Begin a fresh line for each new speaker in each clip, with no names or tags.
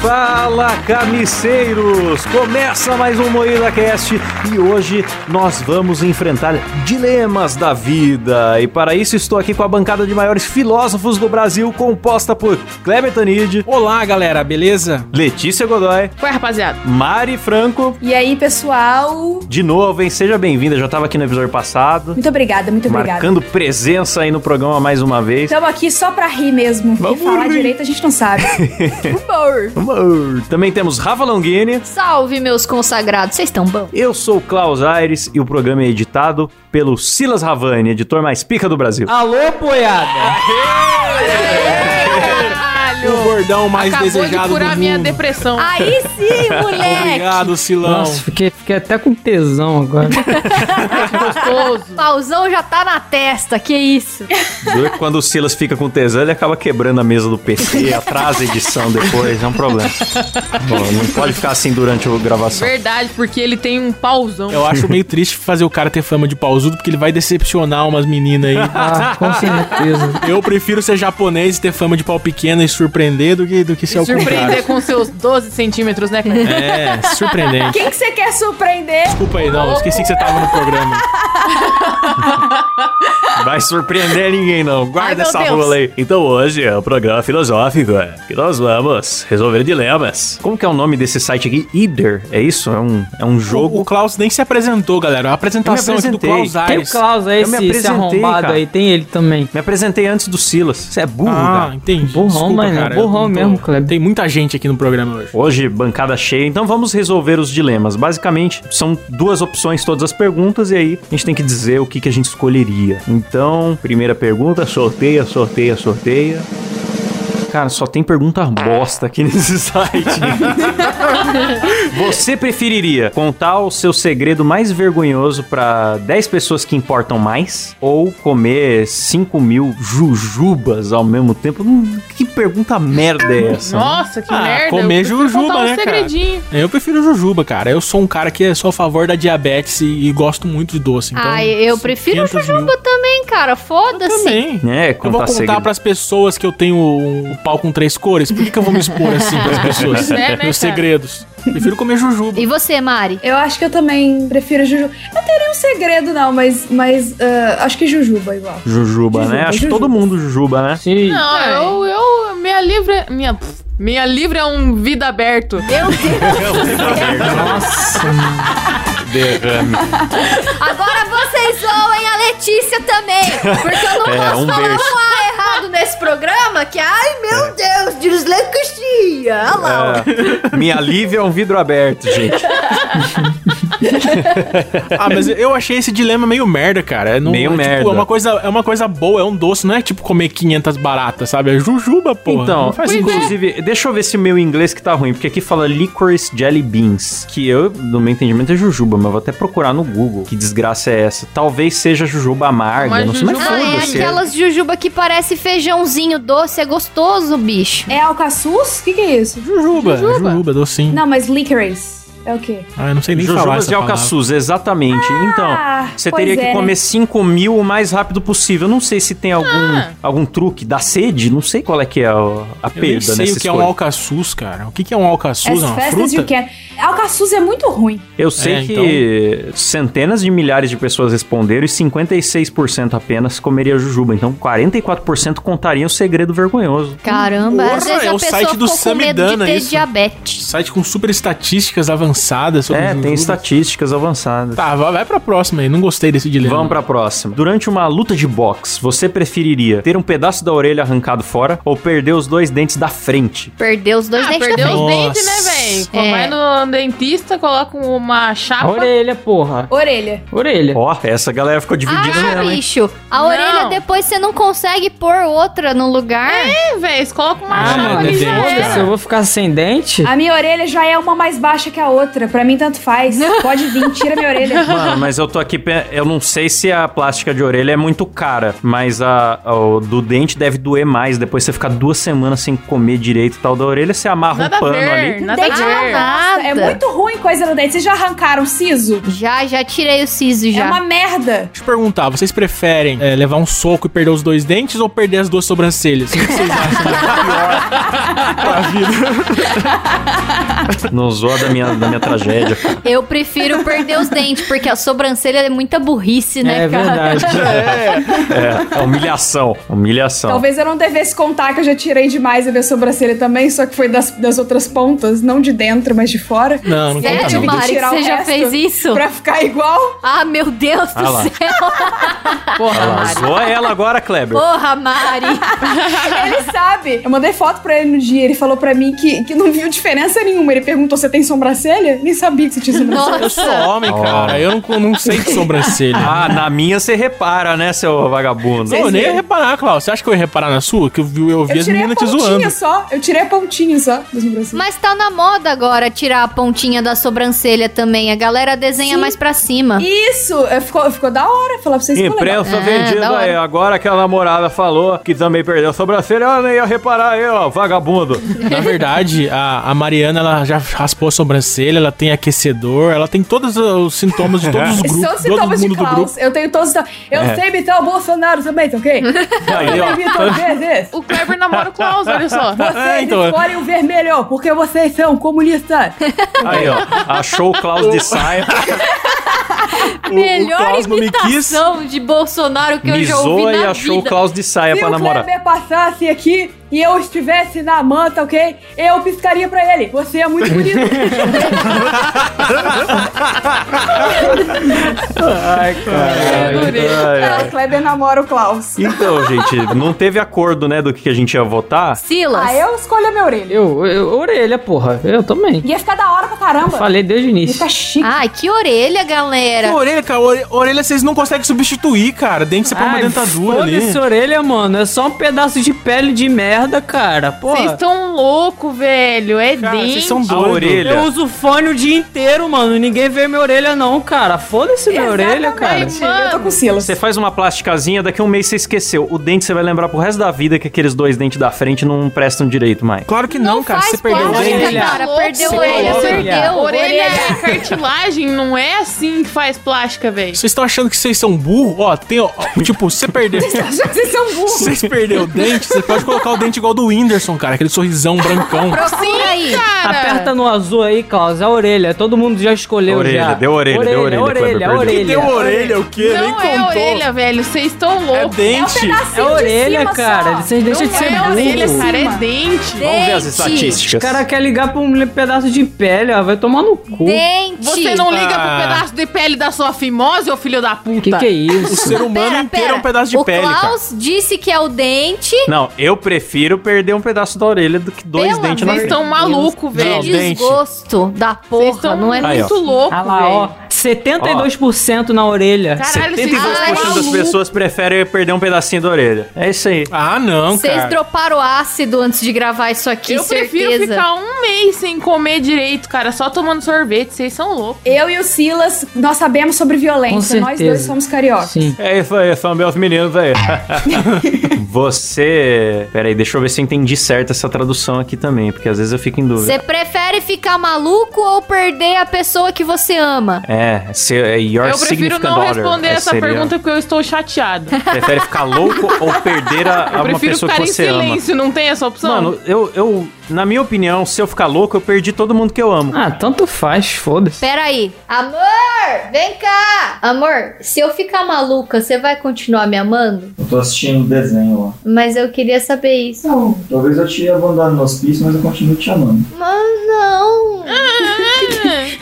Fala camiseiros! Começa mais um Moída Cast e hoje nós vamos enfrentar dilemas da vida. E para isso estou aqui com a bancada de maiores filósofos do Brasil, composta por Kleber Tanid,
Olá, galera, beleza?
Letícia Godoy,
Qual é, rapaziada?
Mari Franco.
E aí, pessoal?
De novo, hein? Seja bem-vinda, já estava aqui no episódio passado,
Muito obrigada, muito obrigada.
marcando presença aí no programa mais uma vez.
Estamos aqui só pra rir mesmo.
Vamos
e falar
rir.
direito a gente não sabe. Por favor.
Amor. Também temos Rafa Longini.
Salve, meus consagrados, vocês estão bom?
Eu sou o Klaus Aires e o programa é editado pelo Silas Ravani, editor mais pica do Brasil.
Alô, boiada! O
Caralho!
bordão mais
Acabou
desejado
de curar
do
minha
mundo.
depressão.
Aí sim, moleque!
Obrigado, Silão.
Nossa, fiquei, fiquei até com tesão agora.
gostoso.
Pauzão já tá na testa, que isso?
Duro que Quando o Silas fica com tesão, ele acaba quebrando a mesa do PC, atrasa a edição depois, é um problema. Bom, não pode ficar assim durante a gravação.
Verdade, porque ele tem um pauzão.
Eu acho meio triste fazer o cara ter fama de pausudo, porque ele vai decepcionar umas meninas aí.
Ah, com certeza.
Eu prefiro ser japonês e ter fama de pau pequeno e surpreender do que, do que ser o contrário.
Surpreender com seus 12 centímetros, né, cara?
É, surpreendente.
Quem que você quer surpreender?
Desculpa aí, não, esqueci que você tava no programa.
Vai surpreender ninguém, não. Guarda
Ai, meu
essa
Deus.
rola aí. Então hoje é o programa filosófico é, que nós vamos resolver dilemas. Como que é o nome desse site aqui? Either? É isso? É um, é um
O, o
jogo?
Klaus nem se apresentou, galera. A apresentação aqui do
apresentei.
Klaus
Tem o
Aires.
Klaus aí,
Tá, Eu me
esse, esse
apresentei,
arrombado
cara.
aí, tem ele também.
Me apresentei antes do Silas. Você é burro,
Ah,
cara.
entendi.
Burrão, mas não,
cara, eu
burrão
não
mesmo, Kleber.
Tem muita gente aqui no programa hoje.
Hoje, bancada cheia, então vamos resolver os dilemas. Basicamente, são duas opções todas as perguntas, e aí a gente tem que dizer o que, que a gente escolheria. Então, primeira pergunta, sorteia, sorteia, sorteia. Cara, só tem pergunta bosta aqui nesse site. Você preferiria contar o seu segredo mais vergonhoso pra 10 pessoas que importam mais? Ou comer 5 mil jujubas ao mesmo tempo? Hum, Que pergunta merda é essa?
Nossa, que
Ah,
merda.
comer
eu prefiro
jujuba,
contar um
né, cara?
segredinho.
Eu prefiro Jujuba, cara. Eu sou um cara que é só a favor da diabetes e, e gosto muito de doce. Então,
Ai, eu prefiro
500
Jujuba também,
mil.
cara. Foda-se.
Também.
É,
Eu vou
contar
contar
segredo.
pras pessoas que eu tenho o pau com três cores. Por que, que eu vou me expor assim pras pessoas?
É, né, cara?
Meus segredos. Prefiro comer Jujuba.
E você, Mari?
Eu acho que eu também prefiro Juju. Não tem nenhum segredo, não, mas, mas ah, acho que Jujuba igual.
Jujuba, né?
Jujuba,
Acho que
jujuba.
todo mundo jujuba, né?
Sim.
Não,
Ai.
eu, eu. Minha livre. é- Minha. pff, Minha livre é um vida aberto.
Meu Deus.
Nossa, mano.
Derrame.
Agora vocês zoem a Letícia também. Porque eu não
É,
posso
um
falar
berço.
um A errado nesse programa. Que, ai,
É.
meu Deus, dislexia. Olha lá.
É, minha Lívia é um vidro aberto, gente.
Ah, mas eu achei esse dilema meio merda, cara. É não-
Meio
é, tipo,
merda.
É uma, coisa, é uma coisa boa, é um doce. Não é tipo comer 500 baratas, sabe? É Jujuba, porra.
então,
Não faz sentido.
inclusive, deixa eu ver se meu inglês que tá ruim, porque aqui fala licorice jelly beans, que eu, no meu entendimento, é jujuba, mas eu vou até procurar no Google. Que desgraça é essa? Talvez seja jujuba amarga,
Mas
não sei, mas
jujuba-
Ah, é
foda-se.
aquelas Jujuba que parece feijãozinho doce. É gostoso, bicho.
É alcaçuz? O que, que é isso?
Jujuba,
Jujuba.
Jujuba, docinho.
Não, mas licorice. É o quê?
Ah, eu não sei nem falar
Jujubas
essa
de
palavra.
alcaçuz, exatamente.
Ah,
então, você
pois
teria
é,
que
né?
comer 5 mil o mais rápido possível. Não sei se tem algum,
Ah.
algum truque da sede, não sei qual é que é a, a
Eu nem
perda
sei
nessa
o que é um
escolha.
alcaçuz, cara. O que que é um alcaçuz? É
As
uma
festas de
fruta?
Ken. Alcaçuz é muito ruim.
Eu sei
É,
que centenas de milhares de pessoas responderam e 56% apenas comeria jujuba. Então, 44% contariam o segredo vergonhoso.
Caramba, às
Porra,
vezes
é
a
o
pessoa
site do
ficou com medo de
Samidana,
ter
isso.
diabetes.
Site com super estatísticas avançadas sobre
É,
os
tem
jujubas.
estatísticas avançadas.
Tá, vai, vai pra próxima aí. Não gostei desse dilema.
Vamos pra próxima. Durante uma luta de boxe, você preferiria ter um pedaço da orelha arrancado fora ou perder os dois dentes da frente?
Perdeu os dois
Ah,
dentes
perdeu
também.
os dentes,
frente.
né, velho?
É.
Vai no dentista, coloca uma
A
chapa.
orelha, porra.
Orelha.
É.
Orelha.
Ó, essa galera ficou dividida
né?
Ah,
mesmo, hein?
bicho, a
Não.
orelha depois você não consegue pôr outra no lugar.
É, velho, coloca uma
Ah,
chapa
mano,
ali né? já
depende,
era.
foda-se, eu vou ficar sem dente?
A minha orelha já é uma mais baixa que a outra, pra mim tanto faz. Pode vir, tira minha orelha.
Mano, mas eu tô aqui. pe- Eu não sei se a plástica de orelha é muito cara, mas a, a- o do dente deve doer mais. Depois você ficar duas semanas sem comer direito e tal da orelha, você
tá
amarra
Nada
um
a
pano
ver,
ali.
nada a
Dente é uma
ver.
bosta, É
Nada.
muito ruim coisa no dente. Vocês já arrancaram siso?
Já, já tirei o siso
É
já.
uma merda.
Deixa eu perguntar, vocês preferem é, levar um soco e perder os dois dentes ou perder as duas sobrancelhas? O que vocês acham pior pra vida?
Não zoa da minha, da minha tragédia. cara.
Eu prefiro perder os dentes, porque a sobrancelha é muita burrice, né,
É
cara?
verdade.
É, é humilhação. Humilhação.
Talvez eu não devesse contar que eu já tirei demais a minha sobrancelha também, só que foi das, das outras pontas, não de dentro, mas de fora.
Não, não conta
Sério,
não.
Mari, que
Tirar o
você já
resto
fez isso?
Pra ficar igual.
Ah, meu Deus do
Ah lá.
céu!
Olha
Porra,
lá,
Mari.
Ah, zoa ela agora, Kleber.
Porra, Mari!
Ele sabe. Eu mandei foto pra ele no dia, ele falou pra mim que, que não viu diferença nenhuma. Ele perguntou, você tem sobrancelha? Nem sabia que você tinha sobrancelha.
Eu sou
Nossa!
homem, cara. Eu não, não sei de sobrancelha.
Ah, na minha você repara, né, seu vagabundo?
Não, eu nem ia
viram?
reparar, Cláudio. Você acha que eu ia reparar na sua? Que eu vi, eu vi
Eu
as
tirei a
meninas te zoando.
pontinha assim. só. Eu tirei a pontinha só da sobrancelha.
Mas tá na moda agora tirar a pontinha da sobrancelha também. A galera desenha mais pra cima.
Isso! é, Ficou, ficou da hora falar pra vocês. ficou é legal.
Imprensa
Ah, da
vendida
hora.
aí. Agora que a namorada falou que também perdeu a sobrancelha, eu nem ia reparar aí, ó, vagabundo.
Na verdade, a, a Mariana, ela já raspou a sobrancelha, ela tem aquecedor, ela tem todos os sintomas de todos os grupos.
São
todo
sintomas de
mundo do grupo.
Klaus. Eu tenho todos os sintomas. Eu
É.
sei imitar o Bolsonaro também, tá ok?
Aí,
Eu
ó.
imito às vezes.
O Kleber namora o Klaus, olha só.
Vocês
então-
escolhem o vermelho, porque vocês são comunistas.
Aí, ó. Achou o Klaus de saia.
O- o
Melhor
Klaus não me quis.
imitação de Bolsonaro que eu já ouvi
Misou
na
e
vida.
achou o Klaus de saia
Se
É pra
o
namorar.
Kleber passasse aqui e eu estivesse na manta, ok? Eu piscaria pra ele. Você é muito bonito.
Ai, cara.
adorei.
Ah, o Kleber namora o Klaus.
Então, gente, não teve acordo, né, do que a gente ia votar?
Silas,
Ah, eu escolho a minha orelha.
Eu, eu, orelha, porra. Eu também.
Ia ficar da hora pra caramba.
Falei desde o
Ia
início.
ficar
tá
chique.
Ai, que orelha,
Que
galera.
orelha, cara. Ore- Orelha vocês não conseguem substituir, cara. Dente você põe uma
Ai,
dentadura ali.
foda-se orelha, mano. É só um pedaço de pele de merda, cara.
Vocês
Porra.
estão louco, velho. É
Cara,
dente.
vocês são
A
doidos.
orelha.
Eu uso fone o dia inteiro, mano. Ninguém vê minha orelha, não, cara. Foda-se minha orelha, cara.
Exatamente. Eu tô com Silas.
Você faz uma plasticazinha, daqui a um mês você esqueceu. O dente você vai lembrar pro resto da vida que aqueles dois dentes da frente não prestam direito mais.
Claro que não, cara.
faz
Você perdeu o
plástica,
dente.
orelha.
cara.
Louco,
Perdeu a
Sim,
orelha,
orelha.
perdeu.
Orelha é cartilagem, não é assim que faz plástica, velho.
Vocês estão achando que vocês são burro? Ó, tem, ó, tipo, você perdeu.
Acho que vocês são burros.
Vocês perderam o dente, você pode colocar o dente igual do Whindersson, cara, aquele sorrisão brancão.
Procura aí.
Cara,
Aperta no azul aí, Klaus. É a orelha. Todo mundo já escolheu
Orelha,
já.
deu orelha, deu orelha, Kleber,
orelha,
perdeu.
orelha.
Tem orelha, o quê? Nem
não é
contou.
orelha, velho. Vocês estão
É
loucos.
dente.
É orelha, cara. Vocês deixam de
não
ser
é orelha,
burro.
cara, é dente.
Vamos ver as
Dente.
O
estatísticas.
cara quer ligar pra um pedaço de pele, ó. Vai tomar no cu.
Dente.
Você não liga
Ah.
pro pedaço de pele da sua fimose, ô filho da puta?
Que que é
O
isso?
ser humano
Pera,
inteiro
pera.
é um pedaço de
o
pele, cara.
Klaus disse que é o dente.
Não, eu prefiro perder um pedaço da orelha do que dois
Pelo
dentes na
Vocês
frente.
estão malucos,
Não,
velho.
dente.
Desgosto da
Vocês
porra,
estão
não é?
Ai,
muito loucos,
Ah lá, ó.
velho.
72% na orelha.
Caralho, vocês estão
72% das
malucos.
pessoas preferem perder um pedacinho da orelha. É isso aí.
Ah, não,
Vocês
cara.
droparam ácido antes de gravar isso aqui,
Eu prefiro
certeza.
ficar um mês sem comer direito, cara, só tomando sorvete. Vocês são loucos.
Eu e o Silas, nós sabemos sobre
Com
violência.
certeza.
Nós dois somos cariocas.
Sim.
É isso aí, são meus meninos aí. Você. Peraí, deixa eu ver se eu entendi certo essa tradução aqui também, porque às vezes eu fico em dúvida.
Você prefere ficar maluco ou perder a pessoa que você ama?
É, se, é your
eu prefiro
significant
não
other.
responder
É,
essa
seria-
pergunta porque eu estou chateada.
Prefere ficar louco ou perder a, a
Eu
Ah, uma
prefiro
pessoa
ficar
que
em
você ama?
silêncio, não tem essa opção?
Mano, eu, eu. Na minha opinião, se eu ficar louco, eu perdi todo mundo que eu amo.
Ah, tanto faz, foda-se.
Pera aí. Amor, vem cá. Amor, se eu ficar maluca, você vai continuar me amando?
Eu tô assistindo um desenho lá.
Mas eu queria saber isso.
Não, talvez eu te abandone no hospício, mas eu continuo te amando.
Mas não.
É,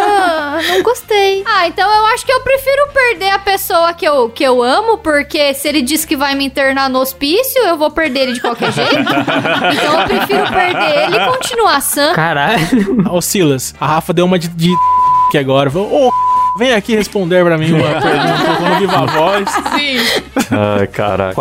Ah, não gostei. Ah, então eu acho que eu prefiro perder a pessoa que eu, que eu amo, porque se ele diz que vai me internar no hospício, eu vou perder ele de qualquer jeito. Então eu prefiro perder ele e continuar sã.
Caralho.
Ô, Silas, a Rafa deu uma de, de que agora. Falou, Ô, vem aqui responder pra mim uma pergunta no Viva Voz.
Sim.
Ai, cara.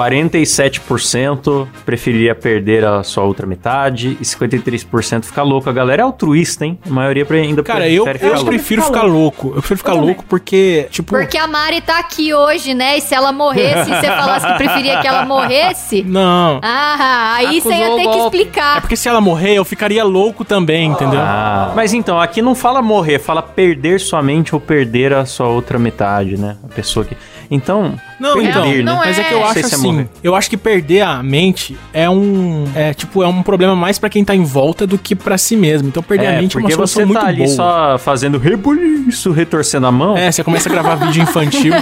47% preferiria perder a sua outra metade e 53% ficar louco. A galera é altruísta, hein? A maioria pre- ainda
Cara,
prefere
eu,
ficar
eu
louco.
prefiro ficar louco. Eu prefiro ficar
também.
louco porque, tipo.
Porque a Mari tá aqui hoje, né? E se ela morresse, você falasse que preferia que ela morresse.
Não.
Ah, aí
Acusou
você ia
o
ter que
golpe.
É
explicar.
porque se ela morrer, eu ficaria louco também, entendeu?
Ah, mas então, aqui não fala morrer, fala perder sua mente ou perder a sua outra metade, né? A pessoa que. Então.
Não,
perder,
então.
né?
não
Mas é que eu
Não
acho
sei se é
assim,
morrer.
eu acho que perder a mente é um, é tipo, é um problema mais pra quem tá em volta do que pra si mesmo. Então perder
É,
a mente é uma
porque
solução
você
muito
tá ali
boa.
só fazendo rebuliço, retorcendo a mão.
É, você começa a gravar vídeo infantil.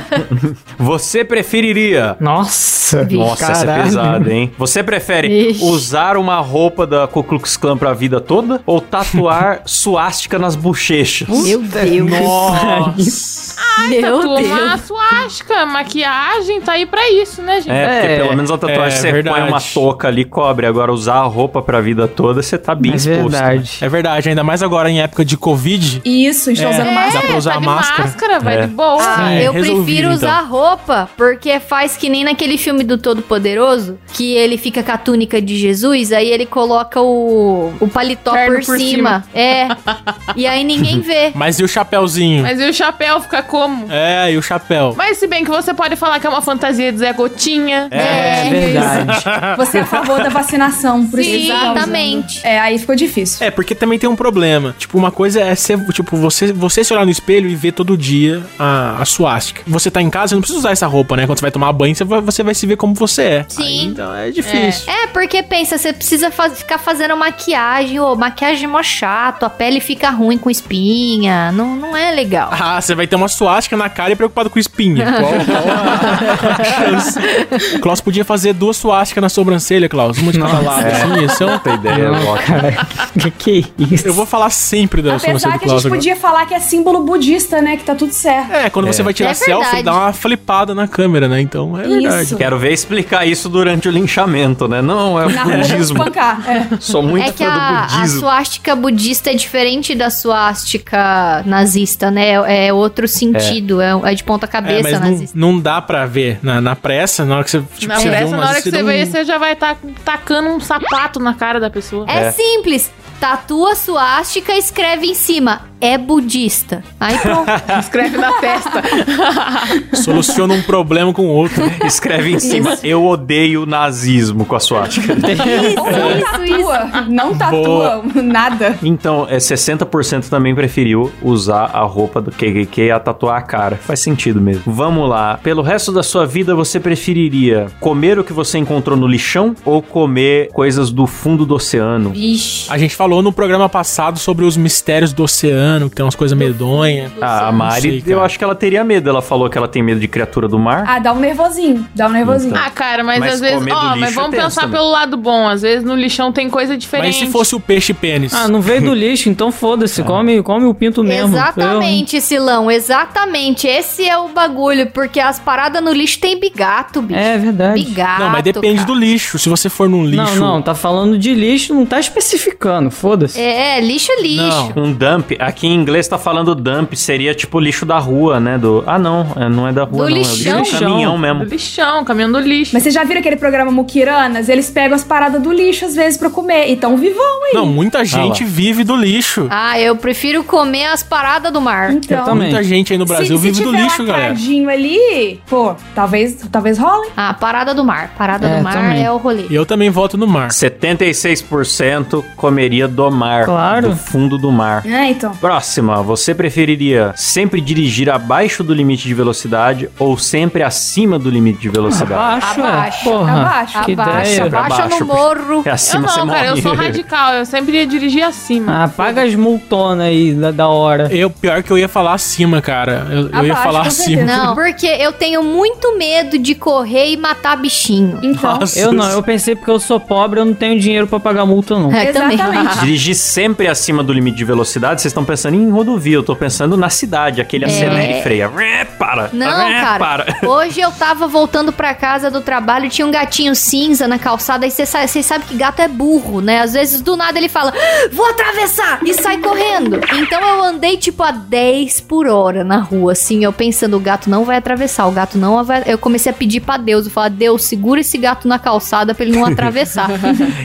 Você preferiria.
Nossa.
Nossa, essa é
caralho.
pesada, hein? Você prefere
Ixi.
usar uma roupa da Ku Klux Klan pra vida toda ou tatuar suástica nas bochechas?
Meu Deus.
Nossa.
Meu Deus.
Tatuar a suástica, maquiagem, tá aí pra isso, né, gente?
É, porque
É,
pelo menos a tatuagem
é
você põe
verdade.
uma touca ali, e cobre. Agora, usar a roupa pra vida toda, você tá bem
É
exposto.
verdade.
É verdade, ainda mais agora em época de Covid.
Isso, está
É,
usando máscara.
Dá pra usar
tá de
máscara.
vai
É.
de boa.
Ah,
Sim,
eu
resolvido,
prefiro
então.
usar roupa, porque faz que nem naquele filme do Todo Poderoso, que ele fica com a túnica de Jesus, aí ele coloca o, o paletó
Terno
por,
por
cima. É. E aí ninguém vê.
Mas e o chapéuzinho?
Mas e o chapéu fica como?
É, e o chapéu?
Mas se bem que você pode falar que é uma fantasia de Zé Gotinha. né?
É, verdade.
Você é a favor da vacinação, por isso.
Sim,
que tá usando.
exatamente.
É, aí ficou difícil.
É, porque também tem um problema. Tipo, uma coisa é ser, tipo, você, você se olhar no espelho e ver todo dia a, a suástica. Você tá em casa, você não precisa usar essa roupa, né? Quando você vai tomar banho, você vai, você vai se ver como você é.
Sim.
Aí, então é difícil.
É, porque pensa, você precisa faz- ficar fazendo maquiagem, ô, maquiagem mó chato, a pele fica ruim com espinha, não, não é legal.
Ah, você vai ter uma suástica na cara e é preocupado com espinha. Qual, qual a chance? O Klaus podia fazer duas suásticas na sobrancelha, Klaus. Uma de cada lado. Assim, isso é um...
Puta ideia,
Não,
louca.
cara. Que que é isso?
Eu vou falar sempre da sobrancelha
Apesar
do
que a
Klaus
gente
agora.
podia falar que é símbolo budista, né? Que tá tudo certo.
É, quando você vai tirar
É
selfie,
verdade.
dá uma flipada na câmera, né? Então é verdade.
Isso.
Quero ver explicar isso durante o linchamento, né? Não, é
Na rua pra
budismo.
espancar. É.
Sou muito
é que
fã
a,
do
a
budismo.
suástica budista é diferente da suástica nazista, né? É outro sentido, é, é de ponta
É,
cabeça
mas não,
nazista.
não dá pra ver na, na pressa, na hora que você, tipo,
Na
você vê
pressa,
um-
na hora que você
dá
vê,
um-
você já vai estar tacando um sapato na cara da pessoa.
É,
É.
simples. Tatua a suástica e escreve em cima. É budista. Aí pronto.
Escreve na testa.
Soluciona um problema com o outro. né?
Escreve em cima, eu odeio nazismo com a suástica.
Ou não tatua. Não tatua nada.
Então, é 60% também preferiu usar a roupa do KKK a tatuar a cara. Faz sentido mesmo. Vamos lá. Pelo resto da sua vida, você preferiria comer o que você encontrou no lixão ou comer coisas do fundo do oceano?
Vixe.
A gente falou no programa passado sobre os mistérios do oceano, que tem umas coisas medonhas.
Ah, a
Não sei,
Mari,
cara.
eu acho que ela teria medo. Ela falou que ela tem medo de criatura do mar.
Ah, dá um nervosinho. Dá um nervosinho.
Então.
Ah, cara, mas,
Mas
às vezes.
comer do
Ó,
lixo
mas
é
vamos
tenso
pensar
também.
pelo lado bom. Às vezes no lixão tem coisa diferente.
Mas se fosse o peixe pênis?
Ah, não veio do lixo, então foda-se. Come, come o pinto mesmo. um-
Exatamente, Silão. Exatamente. Esse é o bagulho. Porque as paradas no lixo tem bigato,
Eu-
bicho.
É verdade.
Bigato.
não, mas depende
cara.
do lixo. Se você for num lixo.
Não, não, tá falando de lixo, não tá especificando, foda-se.
É, é, lixo é lixo.
Não.
Um dump, aqui em inglês tá falando dump, seria tipo lixo da rua, né? Do, ah, não, é, não é da rua,
Do
não. É
lixão.
lixo do caminhão
Do
mesmo.
lixão, caminhão do lixo.
Mas vocês já viram aquele programa Mukiranas? Eles pegam as paradas do lixo às vezes pra comer. E tão vivão, hein?
Não, muita gente
lá.
vive do lixo.
Ah, eu prefiro comer as paradas do mar.
Então.
Eu também.
Muita gente aí no Brasil
se,
vive
se
do
tiver
lixo, galera.
lacradinho ali, pô, talvez, talvez role.
Ah, parada do mar. Parada
É,
do mar
também.
é o rolê.
E eu também voto no mar.
76% comeria do mar.
Claro.
Do fundo do mar.
É, então.
Próxima, você preferiria sempre dirigir abaixo do limite de velocidade ou sempre acima do limite de
Ah,
velocidade?
Abaixo, é,
Abaixo.
porra.
Abaixo.
Que
Abaixa,
ideia.
pra
abaixa
baixo,
no morro.
é
eu
acima
não,
você
cara,
morre.
eu sou radical. Eu sempre ia dirigir acima.
Ah, paga as multonas aí da, da hora.
Eu, pior que eu ia falar acima, cara. Eu, eu ia
Abaixo,
falar
com certeza.
acima.
Não, porque eu tenho muito medo de correr e matar bichinho.
Então.
Nossa.
Eu não, eu pensei porque eu sou pobre, eu não tenho dinheiro pra pagar multa, não.
É, também.
Exatamente.
Dirigir sempre acima do limite de velocidade, vocês estão pensando em rodovia, eu tô pensando na cidade, aquele acelera e freia. Ré, Para!
É. Não,
Ré,
cara.
É, Para!
Hoje eu tava voltando pra casa do trabalho, tinha um gatinho cinza na calçada, e vocês sa cês sabem que gato é burro, né? Às vezes do nada ele fala, "Ah, vou atravessar! E sai correndo. Então eu andei tipo a 10 por hora na rua, assim, eu pensando, o gato não vai atravessar, o gato não vai. Eu comecei a pedir pra Deus, eu falar, Deus, segura esse gato na calçada pra ele não atravessar.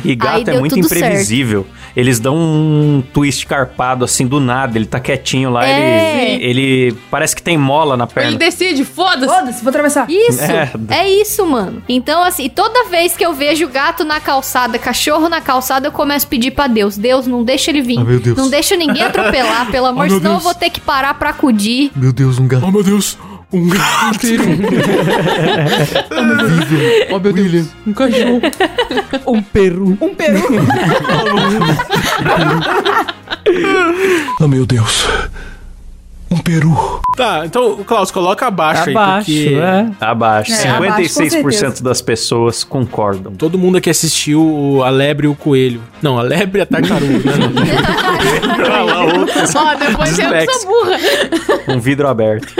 E
Aí
gato é
deu
muito
tudo certo.
imprevisível. Eles dão um twist carpado assim do nada, ele tá quietinho lá,
É.
ele, ele parece que tem mola na
Ele
perna.
decide, foda-se.
Foda-se, vou atravessar.
Isso,
É.
é. isso, mano. Então, assim, toda vez que eu vejo gato na calçada, cachorro na calçada, eu começo a pedir pra Deus. Deus, não deixa ele vir. Não deixa ninguém atropelar, pelo amor,
Ah, meu
senão
Deus.
eu vou ter que parar pra acudir.
Oh, meu Deus! Um gato!
Oh, meu Deus. Um cachorro. um peru.
Um peru.
Oh, meu Deus. Um peru.
Tá, então, Klaus, coloca abaixo,
Abaixo,
aí, porque...
Né?
é.
Abaixo.
É,
56%
abaixo,
das pessoas concordam.
Todo mundo aqui assistiu o A Lebre e o Coelho. Não, A Lebre e a Tartaruga. né? Não.
Olha lá, outro,
Ó, depois eu
Dislex.
sou burra.
um vidro aberto.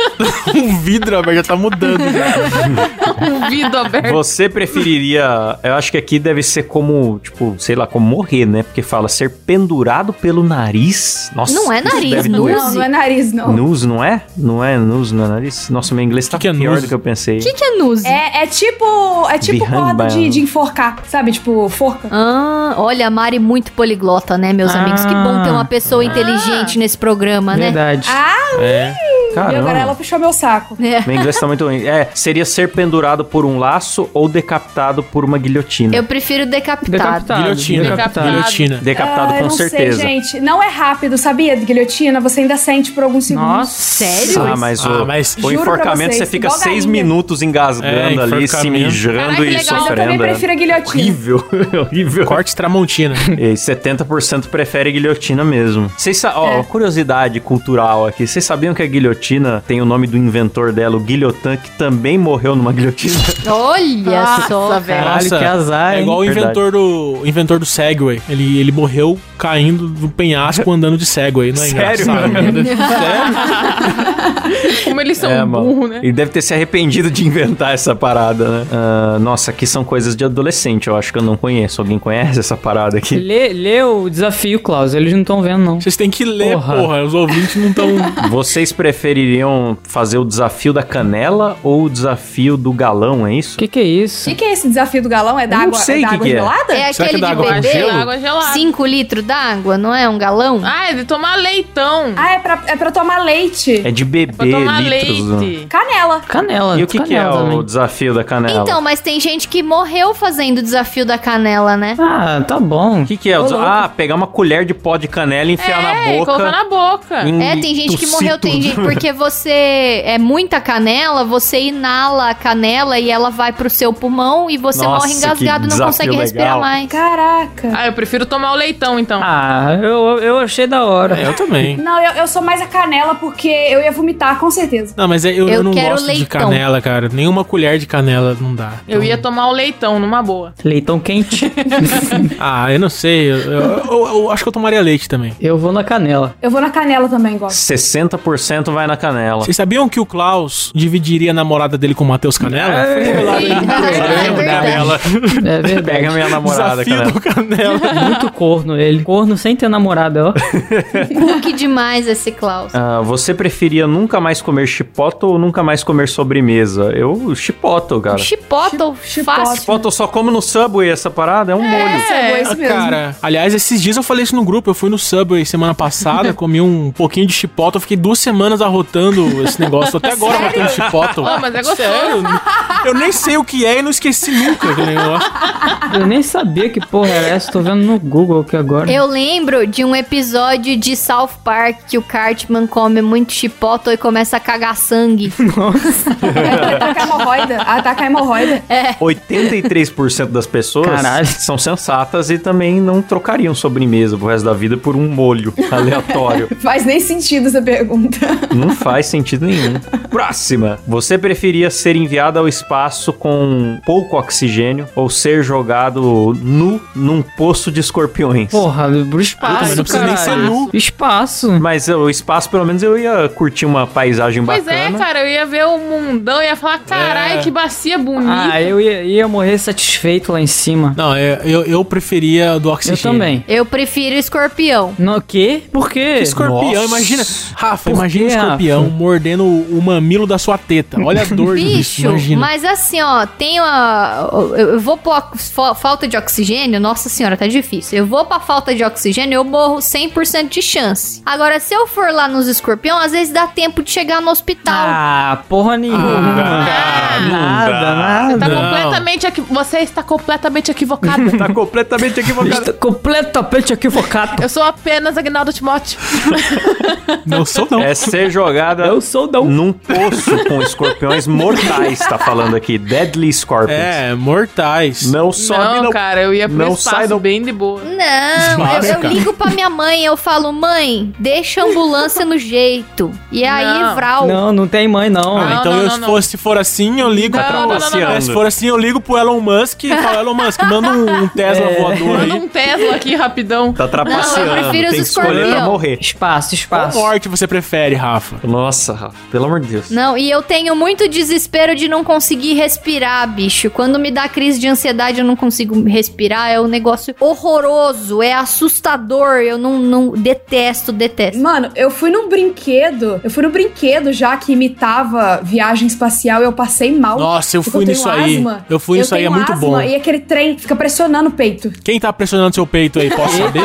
um vidro aberto, já tá mudando. já.
Um vidro aberto.
Você preferiria. Eu acho que aqui deve ser como, tipo, sei lá, como morrer, né? Porque fala ser pendurado pelo nariz. Nossa,
Não é
isso
nariz,
deve
nu.
doer.
Não, não é nariz, não.
Nus, não é? Não é nus, não é nariz? Nossa, meu inglês tá
Que que é
pior
nus?
do que eu pensei.
O que, que é nuzi?
É, é tipo. É tipo
Behind
corda
by-
de, de enforcar, sabe? Tipo, forca.
Ah, olha, a Mari muito poliglota, né, meus
Ah.
amigos? Que bom ter uma pessoa inteligente nesse programa, né?
Verdade.
É.
E agora ela
Caramba.
puxou meu saco.
É.
Meu inglês tá muito ruim. É, seria ser pendurado por um laço ou decapitado por uma guilhotina.
Eu prefiro decapitado.
Decapitado.
Guilhotina.
Decapitado.
Guilhotina.
Decapitado
Ah, eu
com
não
certeza.
sei, gente. Não é rápido, sabia? De guilhotina, você ainda sente por alguns segundos.
Nossa.
Sério?
Ah, mas o,
Ah, mas-
o
Juro pra
enforcamento
vocês,
você fica
igual
seis
galinha.
minutos engasgando
É,
ali, se
enforcamento.
mijando
Caraca,
e
legal.
Mas eu
sofrendo. né?
também prefiro a guilhotina.
Horrível, horrível.
Corte Tramontina.
E 70% prefere guilhotina mesmo. Vocês sa- ó, curiosidade cultural aqui. Vocês sabiam que a guilhotina tem o nome do inventor dela, o Guillotin, que também morreu numa guilhotina?
Olha
Nossa,
só.
velho.
Caralho,
Nossa,
que azar,
É
hein?
igual o
Verdade.
inventor do, o inventor do Segway. Ele, ele morreu caindo do penhasco andando de Segway. Não é
Sério,
engraçado,
mano?
né?
Como eles são
É,
burros, né?
Ele deve ter se arrependido de inventar essa parada, né? Ah, nossa, aqui são coisas de adolescente. Eu acho que eu não conheço. Alguém conhece essa parada aqui?
Lê, lê o desafio, Klaus. Eles não estão vendo, não.
Vocês têm que ler, porra.
Porra.
Os ouvintes não estão...
Vocês prefeririam fazer o desafio da canela ou o desafio do galão, é isso?
O que, que é
O
isso?
que, que é esse desafio do galão? É da
Eu não
água,
sei
é da
que
água
que é.
gelada?
É
Será que
aquele
dá
de
água com gelo?
beber
Água gelada.
5 litros d'água, não é? Um galão?
Ah, é de tomar leitão.
Ah, é pra, é pra tomar leite.
É de
pra
beber
tomar
litros. né?
leite.
Canela.
Canela.
E o que, que é
canela
o
também.
desafio da canela?
Então, mas tem gente que morreu fazendo o desafio da canela, né?
Ah, tá bom.
O que, que é? ah, pegar uma colher de pó de canela e enfiar
É, e
na boca.
colocar na boca.
em-
É, tem gente que
tossir
morreu, tem
tudo.
gente. Porque você. É muita canela, você inala a canela e ela vai pro seu pulmão e você
Nossa,
morre engasgado
que
e não consegue
desafio
respirar
legal.
mais.
Caraca.
Ah, eu prefiro tomar o leitão, então.
Ah, eu, eu achei da hora.
É, eu também.
Não, eu, eu sou mais a canela porque eu ia vomitar, com certeza.
Não, mas é- eu, eu,
Eu
não
quero
gosto de
leitão.
canela, cara. Nenhuma colher de canela não dá.
então.
Eu ia tomar o leitão, numa boa.
Leitão quente.
Ah, eu não sei. Eu, eu- eu- eu acho que eu tomaria leite também.
eu vou na canela.
Eu vou na canela também, gosto.
60% vai na canela.
Vocês sabiam que o Klaus dividiria a namorada dele com o Matheus Canela? Foi revelado aí.
É verdade.
Canela.
É verdade.
Pega minha namorada,
Desafio
canela.
do Canela.
Muito corno ele. Corno sem ter namorada, ó.
Cookie demais esse Klaus.
Ah, você preferia nunca mais comer chipota ou nunca mais comer sobremesa? Eu, chipoto, cara.
Chipotle,
Chi-
fácil.
Chipotle eu só como no Subway essa parada, é um molho.
Isso é, bom, é isso
Ah,
mesmo.
Cara, aliás, esses dias eu falei isso no grupo. Eu fui no Subway semana passada, comi um pouquinho de chipotle. Eu fiquei duas semanas arrotando esse negócio. Tô Até agora arrotando chipotle.
Ah, mas é gostoso.
Sério? Eu nem sei o que é e não esqueci nunca aquele negócio.
Eu nem sabia que porra era essa. Tô vendo no Google aqui agora.
Eu lembro de um episódio de South Park que o Cartman come muito chipotle e começa a cagar sangue.
É, atacar hemorroida. Atacar hemorroida.
83% das pessoas
Caralho.
são sensatas e também não trocariam sobremesa pro resto da vida por um molho aleatório.
Faz nem sentido essa pergunta.
não Não faz sentido nenhum. Próxima. Você preferia ser enviado ao espaço com pouco oxigênio ou ser jogado nu num poço de escorpiões?
Porra, pro espaço,
mas não precisa nem ser
caralho.
nu.
Espaço.
Mas o espaço, pelo menos, eu ia curtir uma paisagem
Pois é,
bacana.
cara, eu ia ver o mundão e ia falar, caralho, que bacia bonita.
Ah, eu ia, ia morrer satisfeito lá em cima.
Não, é- eu, eu preferia do oxigênio.
Eu também.
Eu prefiro escorpião.
No quê? Por quê?
Escorpião,
Nossa.
imagina. Rafa,
Por
imagina um
quê,
escorpião mordendo o, o mamilo da sua teta. Olha a dor disso,
Bicho,
imagina.
mas assim, ó, tem uma. Eu eu vou pôr a fa- falta de oxigênio, nossa senhora, tá difícil. Eu vou pra falta de oxigênio, eu morro 100% de chance. Agora, se eu for lá nos escorpião, às vezes dá tempo de chegar no hospital.
Ah, porra nenhuma. Ah, nada, nada.
Tá
Não.
completamente equi- Você está completamente equivocada.
Tá completamente equivocado.
Está completamente equivocado.
eu sou apenas Agnaldo Timóteo.
Não sou, não.
É ser jogada
Então. Eu sou da um.
num poço com escorpiões mortais, tá falando aqui. Deadly Scorpions.
É, mortais.
Não sobe,
não,
não.
cara, eu ia pro
não
espaço
sai, não.
bem de boa.
Não, eu- eu,
Desmasca.
ligo pra minha mãe, eu falo, mãe, deixa a ambulância no jeito. E aí,
Não.
Vral.
Não, não tem mãe, não.
Ah,
Não,
então
não,
eu,
não,
se,
não.
for, se for assim, eu ligo.
Não, não, não, não, não.
É, Se for assim, eu ligo pro Elon Musk e falo, Elon Musk, manda um, um Tesla voador
Manda
aí.
um Tesla aqui rapidão.
Tá trapaceando.
Não, eu prefiro os
Tem que escolher pra
escorpião.
morrer.
Espaço,
Qual
espaço.
morte você prefere, Rafa?
Nossa, Rafa, pelo amor de Deus.
Não, e eu tenho muito desespero de não conseguir respirar, bicho. Quando me dá crise de ansiedade, eu não consigo respirar. É um negócio horroroso, é assustador. Eu não, não detesto, detesto.
Mano, eu fui num brinquedo. Eu fui num brinquedo já que imitava viagem espacial e eu passei mal.
Nossa, eu
Porque
fui
tenho
nisso aí.
asma.
Eu fui nisso aí,
tenho
é muito
asma,
bom.
E aquele trem fica pressionando o peito.
Quem tá pressionando seu peito aí, posso saber?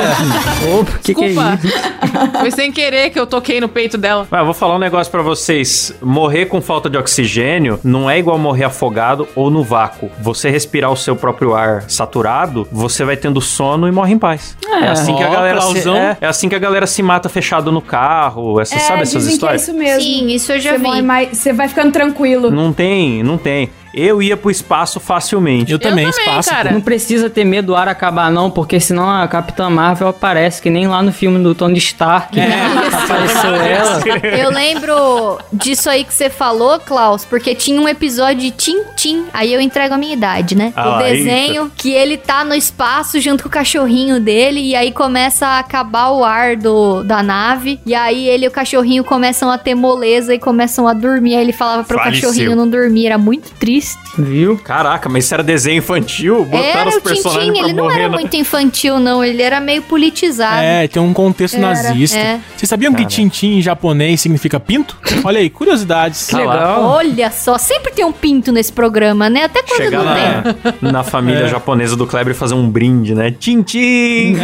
Opa, que que é
Desculpa.
isso?
Foi sem querer que eu toquei no peito dela.
Ah, eu vou falar um negócio pra vocês. Morrer com falta de oxigênio não é igual morrer afogado ou no vácuo. Você respirar o seu próprio ar saturado, você vai tendo sono e morre em paz. É, assim que a
Ó,
galera se,
Clausão.
é, é assim que a galera se mata fechado no carro.
É,
Essa, sabe essas
dizem
histórias?
que é isso mesmo.
Sim, isso eu já
Você
vi.
morre mais- Você vai ficando tranquilo.
Não tem, não tem. Eu ia pro espaço facilmente.
Eu também,
também,
espaço.
cara.
Não precisa ter medo do ar acabar, não, porque senão a Capitã Marvel aparece, que nem lá no filme do Tony Stark.
É.
né? Apareceu ela.
Eu lembro disso aí que você falou, Klaus, porque tinha um episódio de Tintim. Aí eu entrego a minha idade, né?
Ah,
o desenho que ele tá no espaço junto com o cachorrinho dele e aí começa a acabar o ar do, da nave. E aí ele e o cachorrinho começam a ter moleza e começam a dormir. Aí ele falava pro
Faleceu.
cachorrinho não dormir. Era muito triste.
Viu?
Caraca, mas isso era desenho infantil? Botaram
era
os
o
personagens
Tintim,
pra
ele não
morrer. né?
era
na-
muito infantil, não. Ele era meio politizado.
É, tem um contexto nazista.
é.
Vocês sabiam que tintim em japonês significa pinto? Olha aí, curiosidades.
Tá lá.
Olha só, sempre tem um pinto nesse programa, né? Até quando
Chegar
não tem.
na, na família
É.
japonesa do Kleber e fazer um brinde, né? Tintim!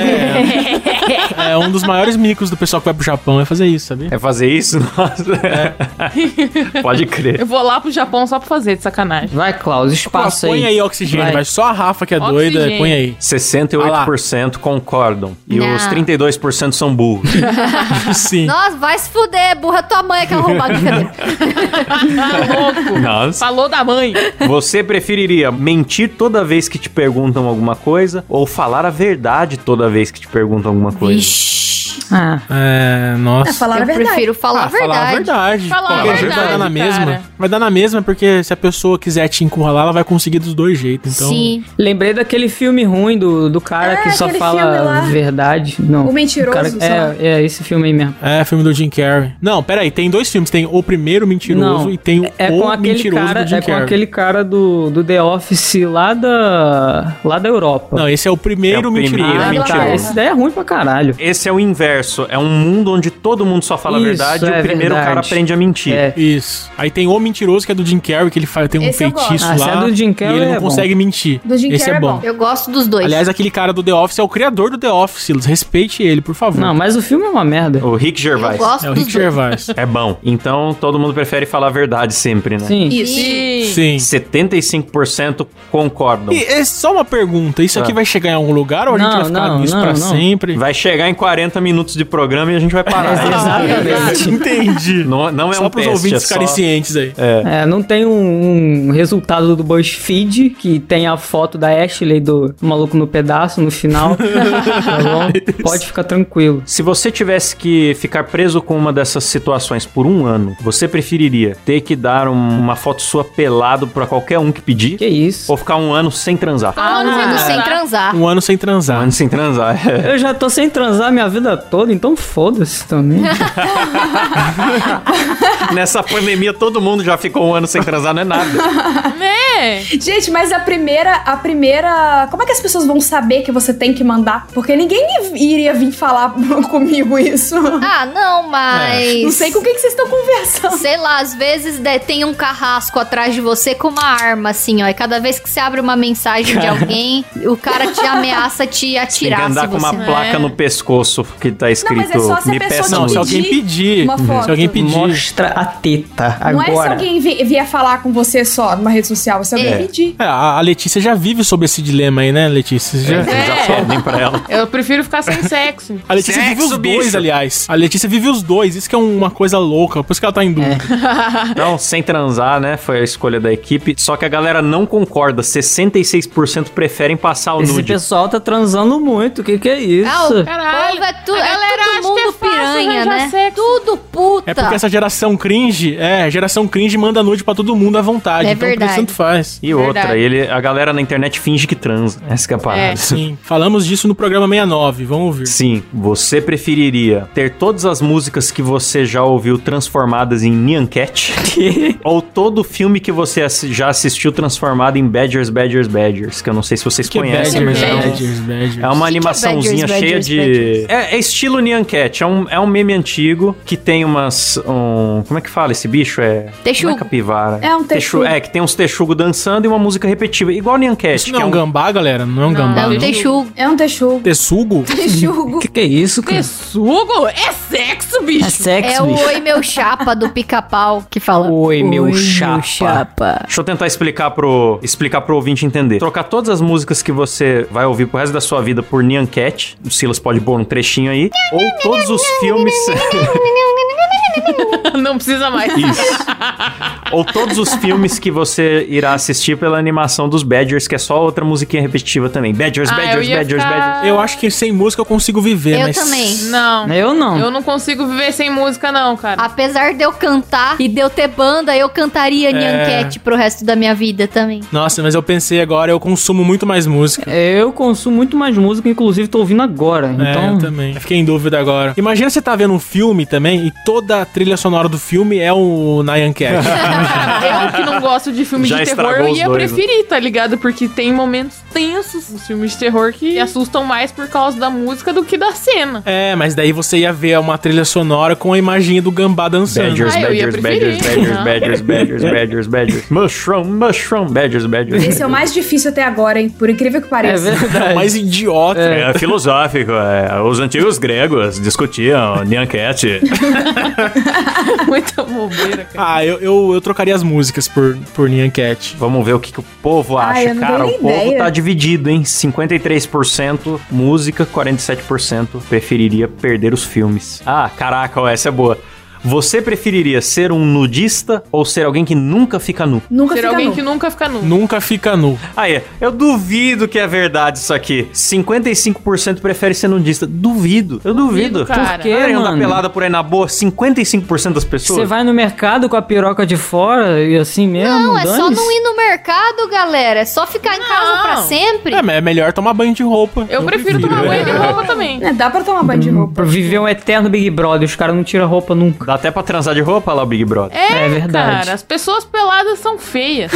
É, um dos maiores micos do pessoal que vai pro Japão é fazer isso, sabia?
É fazer isso? Nossa.
É.
Pode crer.
Eu vou lá pro Japão só pra fazer, de sacanagem.
Vai, Klaus, espaço
Põe aí oxigênio, vai.
Vai.
Só a Rafa que é
Oxigênio.
doida, põe aí.
68% concordam. E
Não.
os 32% são burros.
Sim.
Nossa, vai se fuder, burra tua mãe é aquela roubada. Brincadeira.
Tá louco.
Nossa.
Falou da mãe.
Você preferiria mentir toda vez que te perguntam alguma coisa ou falar a verdade toda vez que te perguntam alguma coisa?
Vixe.
Ah,
É,
É,
nossa.
falar a
Eu
verdade.
prefiro falar a
Ah, falar a
verdade.
verdade.
Falar a
Qualquer jeito vai
verdade,
dar na mesma.
cara.
Vai dar na mesma porque se a pessoa quiser te encurralar, ela vai conseguir dos dois jeitos. Então,
Sim.
lembrei daquele filme ruim do, do cara
É,
que só
aquele filme
fala
lá.
verdade. Não.
O mentiroso, sei lá.
é, é esse filme aí mesmo.
É, filme do Jim Carrey. Não, peraí, tem dois filmes. Tem O Primeiro Mentiroso
Não,
e tem
É
O
com aquele
Mentiroso
cara,
do Jim
é com
Carrey.
aquele cara do, do The Office lá da lá da Europa.
Não, esse é o Primeiro
É o Primeiro
Ah,
Mentiroso.
é
tá,
mentiroso.
esse daí é ruim pra caralho.
Esse é o inverso. É um mundo onde todo mundo só fala a
Isso,
verdade e
é
o primeiro
verdade.
cara aprende a mentir.
É.
Isso. Aí tem O Mentiroso, que é do Jim Carrey, que ele faz, tem um
Esse eu gosto.
feitiço
Ah, esse
lá.
é do Jim Carrey,
e ele não
é bom.
consegue mentir.
Do Jim
esse
Carrey
é
é
bom.
bom.
Eu gosto dos dois.
Aliás, aquele cara do The Office é o criador do The Office. Respeite ele, por favor.
Não, mas o filme é uma merda.
O Rick
eu
Gervais.
gosto
é o
dos
Rick
dois.
Gervais.
É bom. Então todo mundo prefere falar a verdade sempre, né?
Sim.
Sim.
Sim.
75% concordam.
E é só uma pergunta. Isso
Ah.
aqui vai chegar em algum lugar ou a gente
Não,
vai ficar
não,
nisso
não,
pra
não.
sempre?
Vai chegar em 40 minutos de programa e a gente vai parar.
Exatamente.
Entendi.
não, não é
só
um
pros
teste,
ouvintes
é
ficarem
só-
cientes aí.
É, não tem um, um resultado do BuzzFeed que tem a foto da Ashley do maluco no pedaço no final. tá bom? Pode ficar tranquilo.
Se você tivesse que ficar preso com uma dessas situações por um ano, você preferiria ter que dar um- uma foto sua pelado pra qualquer um que pedir?
Que isso?
Ou ficar um ano sem transar?
Um ano
Ah.
sendo sem transar.
Um ano sem
Um
transar.
ano sem transar. é.
Eu já tô sem transar minha vida toda, então foda-se também.
Nessa pandemia todo mundo já ficou um ano sem transar, não é nada.
É.
Gente, mas a primeira, a primeira. Como é que as pessoas vão saber que você tem que mandar? Porque ninguém i- iria vir falar comigo isso.
Ah, não, mas.
Não sei com quem que vocês estão conversando.
Sei lá, às vezes né, tem um carrasco atrás de você com uma arma, assim, ó. E cada vez que você abre uma mensagem de alguém, o cara te ameaça te
Tem que
atirar se
andar com
você.
uma placa no pescoço que tá escrito
né? mas é só se a
me
pessoa
peça
Não,
um".
se alguém pedir.
uma foto.
Se alguém pedir.
Mostra a teta
Não é se
agora.
alguém vi- vier falar com você só numa rede social, é se alguém
É.
pedir.
É, a a Letícia já vive sobre esse dilema aí, né, Letícia? Você já-
É,
É.
Já pedem pra ela.
Eu prefiro ficar sem sexo.
A Letícia
Sexo,
vive os dois,
bicho.
aliás. A Letícia vive os dois. Isso que é uma coisa louca. Por isso que ela tá em dúvida.
Então, sem transar, né? Foi a escolha da equipe. Só que a galera não concorda. 66% preferem passar o
Esse
nude.
pessoal tá transando muito, o que que é
Ah,
isso?
o
Caralho.
povo é, tu,
A galera
é
acha
todo
que
mundo
é fácil
piranha,
arranjar
né?
sexo.
Tudo puta.
É porque essa geração cringe, é, geração cringe manda nude pra todo mundo à vontade.
É
então,
verdade.
tanto faz.
E outra,
Verdade.
ele, a galera na internet finge que transa. Essa que é a parada.
É.
Sim, falamos disso no programa 69, vamos ouvir.
Sim, você preferiria ter todas as músicas que você já ouviu transformadas em Nyan Cat? ou todo o filme que você assi- já assistiu transformado em Badgers, Badgers, Badgers? Que eu não sei se vocês
Que
conhecem,
badgers, né?
mas é um-
badgers, badgers.
É uma
que é
animaçãozinha
Badgers,
cheia
Badgers,
de.
Badgers?
É, é estilo Nyan Cat. É um, é um meme antigo que tem umas. um- Como é que fala esse bicho? É.
Texugo.
Não é capivara.
É um texugo.
É, que tem uns texugos dançando e uma música repetida. Igual Nyan Cat.
Isso
que
não é um gambá, galera? Não é um gambá,
É um
não?
texugo.
É um texugo.
Texugo?
O que que é isso, cara?
Sugo? É sexo,
É
bicho.
sexo,
É o
bicho.
Oi Meu Chapa do pica-pau que fala.
Oi, meu chapa."
Deixa eu tentar explicar pro, explicar pro ouvinte entender. Trocar todas as músicas que você vai ouvir pro resto da sua vida por Nyan Cat. O Silas pode pôr um trechinho aí. ou todos os filmes.
Não precisa mais.
Isso. Ou todos os filmes que você irá assistir pela animação dos Badgers, que é só outra musiquinha repetitiva também. Badgers,
Ah, eu
Badgers,
ia
Badgers,
ficar-
Badgers.
Eu acho que sem música eu consigo viver,
Eu
mas...
também.
Não.
Eu não.
Eu não consigo viver sem música, não, cara.
Apesar de eu cantar e de eu ter banda, eu cantaria Nyan Cat pro resto da minha vida também.
Nossa, mas eu pensei agora, eu consumo muito mais música.
Eu consumo muito mais música, inclusive tô ouvindo agora.
É, eu
Então,
também. Fiquei em dúvida agora. Imagina você tá vendo um filme também e toda a trilha sonora do filme é o Nyan Cat.
Eu que não gosto de filme
Já
de terror,
estragou
eu
os
ia
dois, né?
preferir, tá ligado? Porque tem momentos tensos nos filmes de terror que assustam mais por causa da música do que da cena.
É, mas daí você ia ver uma trilha sonora com a imagem do gambá dançando.
Badgers,
Ah, eu ia
badgers, badgers,
preferir.
badgers,
Aham.
badgers, badgers, badgers, badgers. Mushroom, mushroom, badgers, badgers.
Esse é o mais difícil até agora, hein? Por incrível que
é
pareça.
É o mais idiota.
É filosófico, é. Os antigos gregos discutiam Nyan Cat.
Muita bobeira, cara.
Ah, eu, eu, eu trocaria as músicas por, por Nyan Cat.
Vamos ver o que, que o povo
Ah,
acha,
eu não
cara.
tenho
O povo
ideia.
tá dividido, hein? 53% música, 47% preferiria perder os filmes. Ah, caraca, ó, essa é boa. Você preferiria ser um nudista ou ser alguém que nunca fica nu?
Nunca
Ser
fica
alguém
nu.
que nunca fica nu.
Nunca fica nu.
Aí, eu duvido que é verdade isso aqui. 55% prefere ser nudista. Duvido, eu duvido.
Duvido, cara.
Por quê,
Querem andar
mano?
pelada por aí na boa? 55% das pessoas?
você vai no mercado com a piroca de fora e assim mesmo?
Não, é só
dane-se?
não ir no mercado, galera. É só ficar em casa
Não.
pra sempre.
É, mas é melhor tomar banho de roupa.
Eu prefiro tomar banho de roupa também.
É, dá pra tomar banho de roupa.
Pra viver um eterno Big Brother, os caras não tiram roupa nunca.
Dá até pra transar de roupa lá, o Big Brother.
É verdade.
Cara, as pessoas peladas são feias.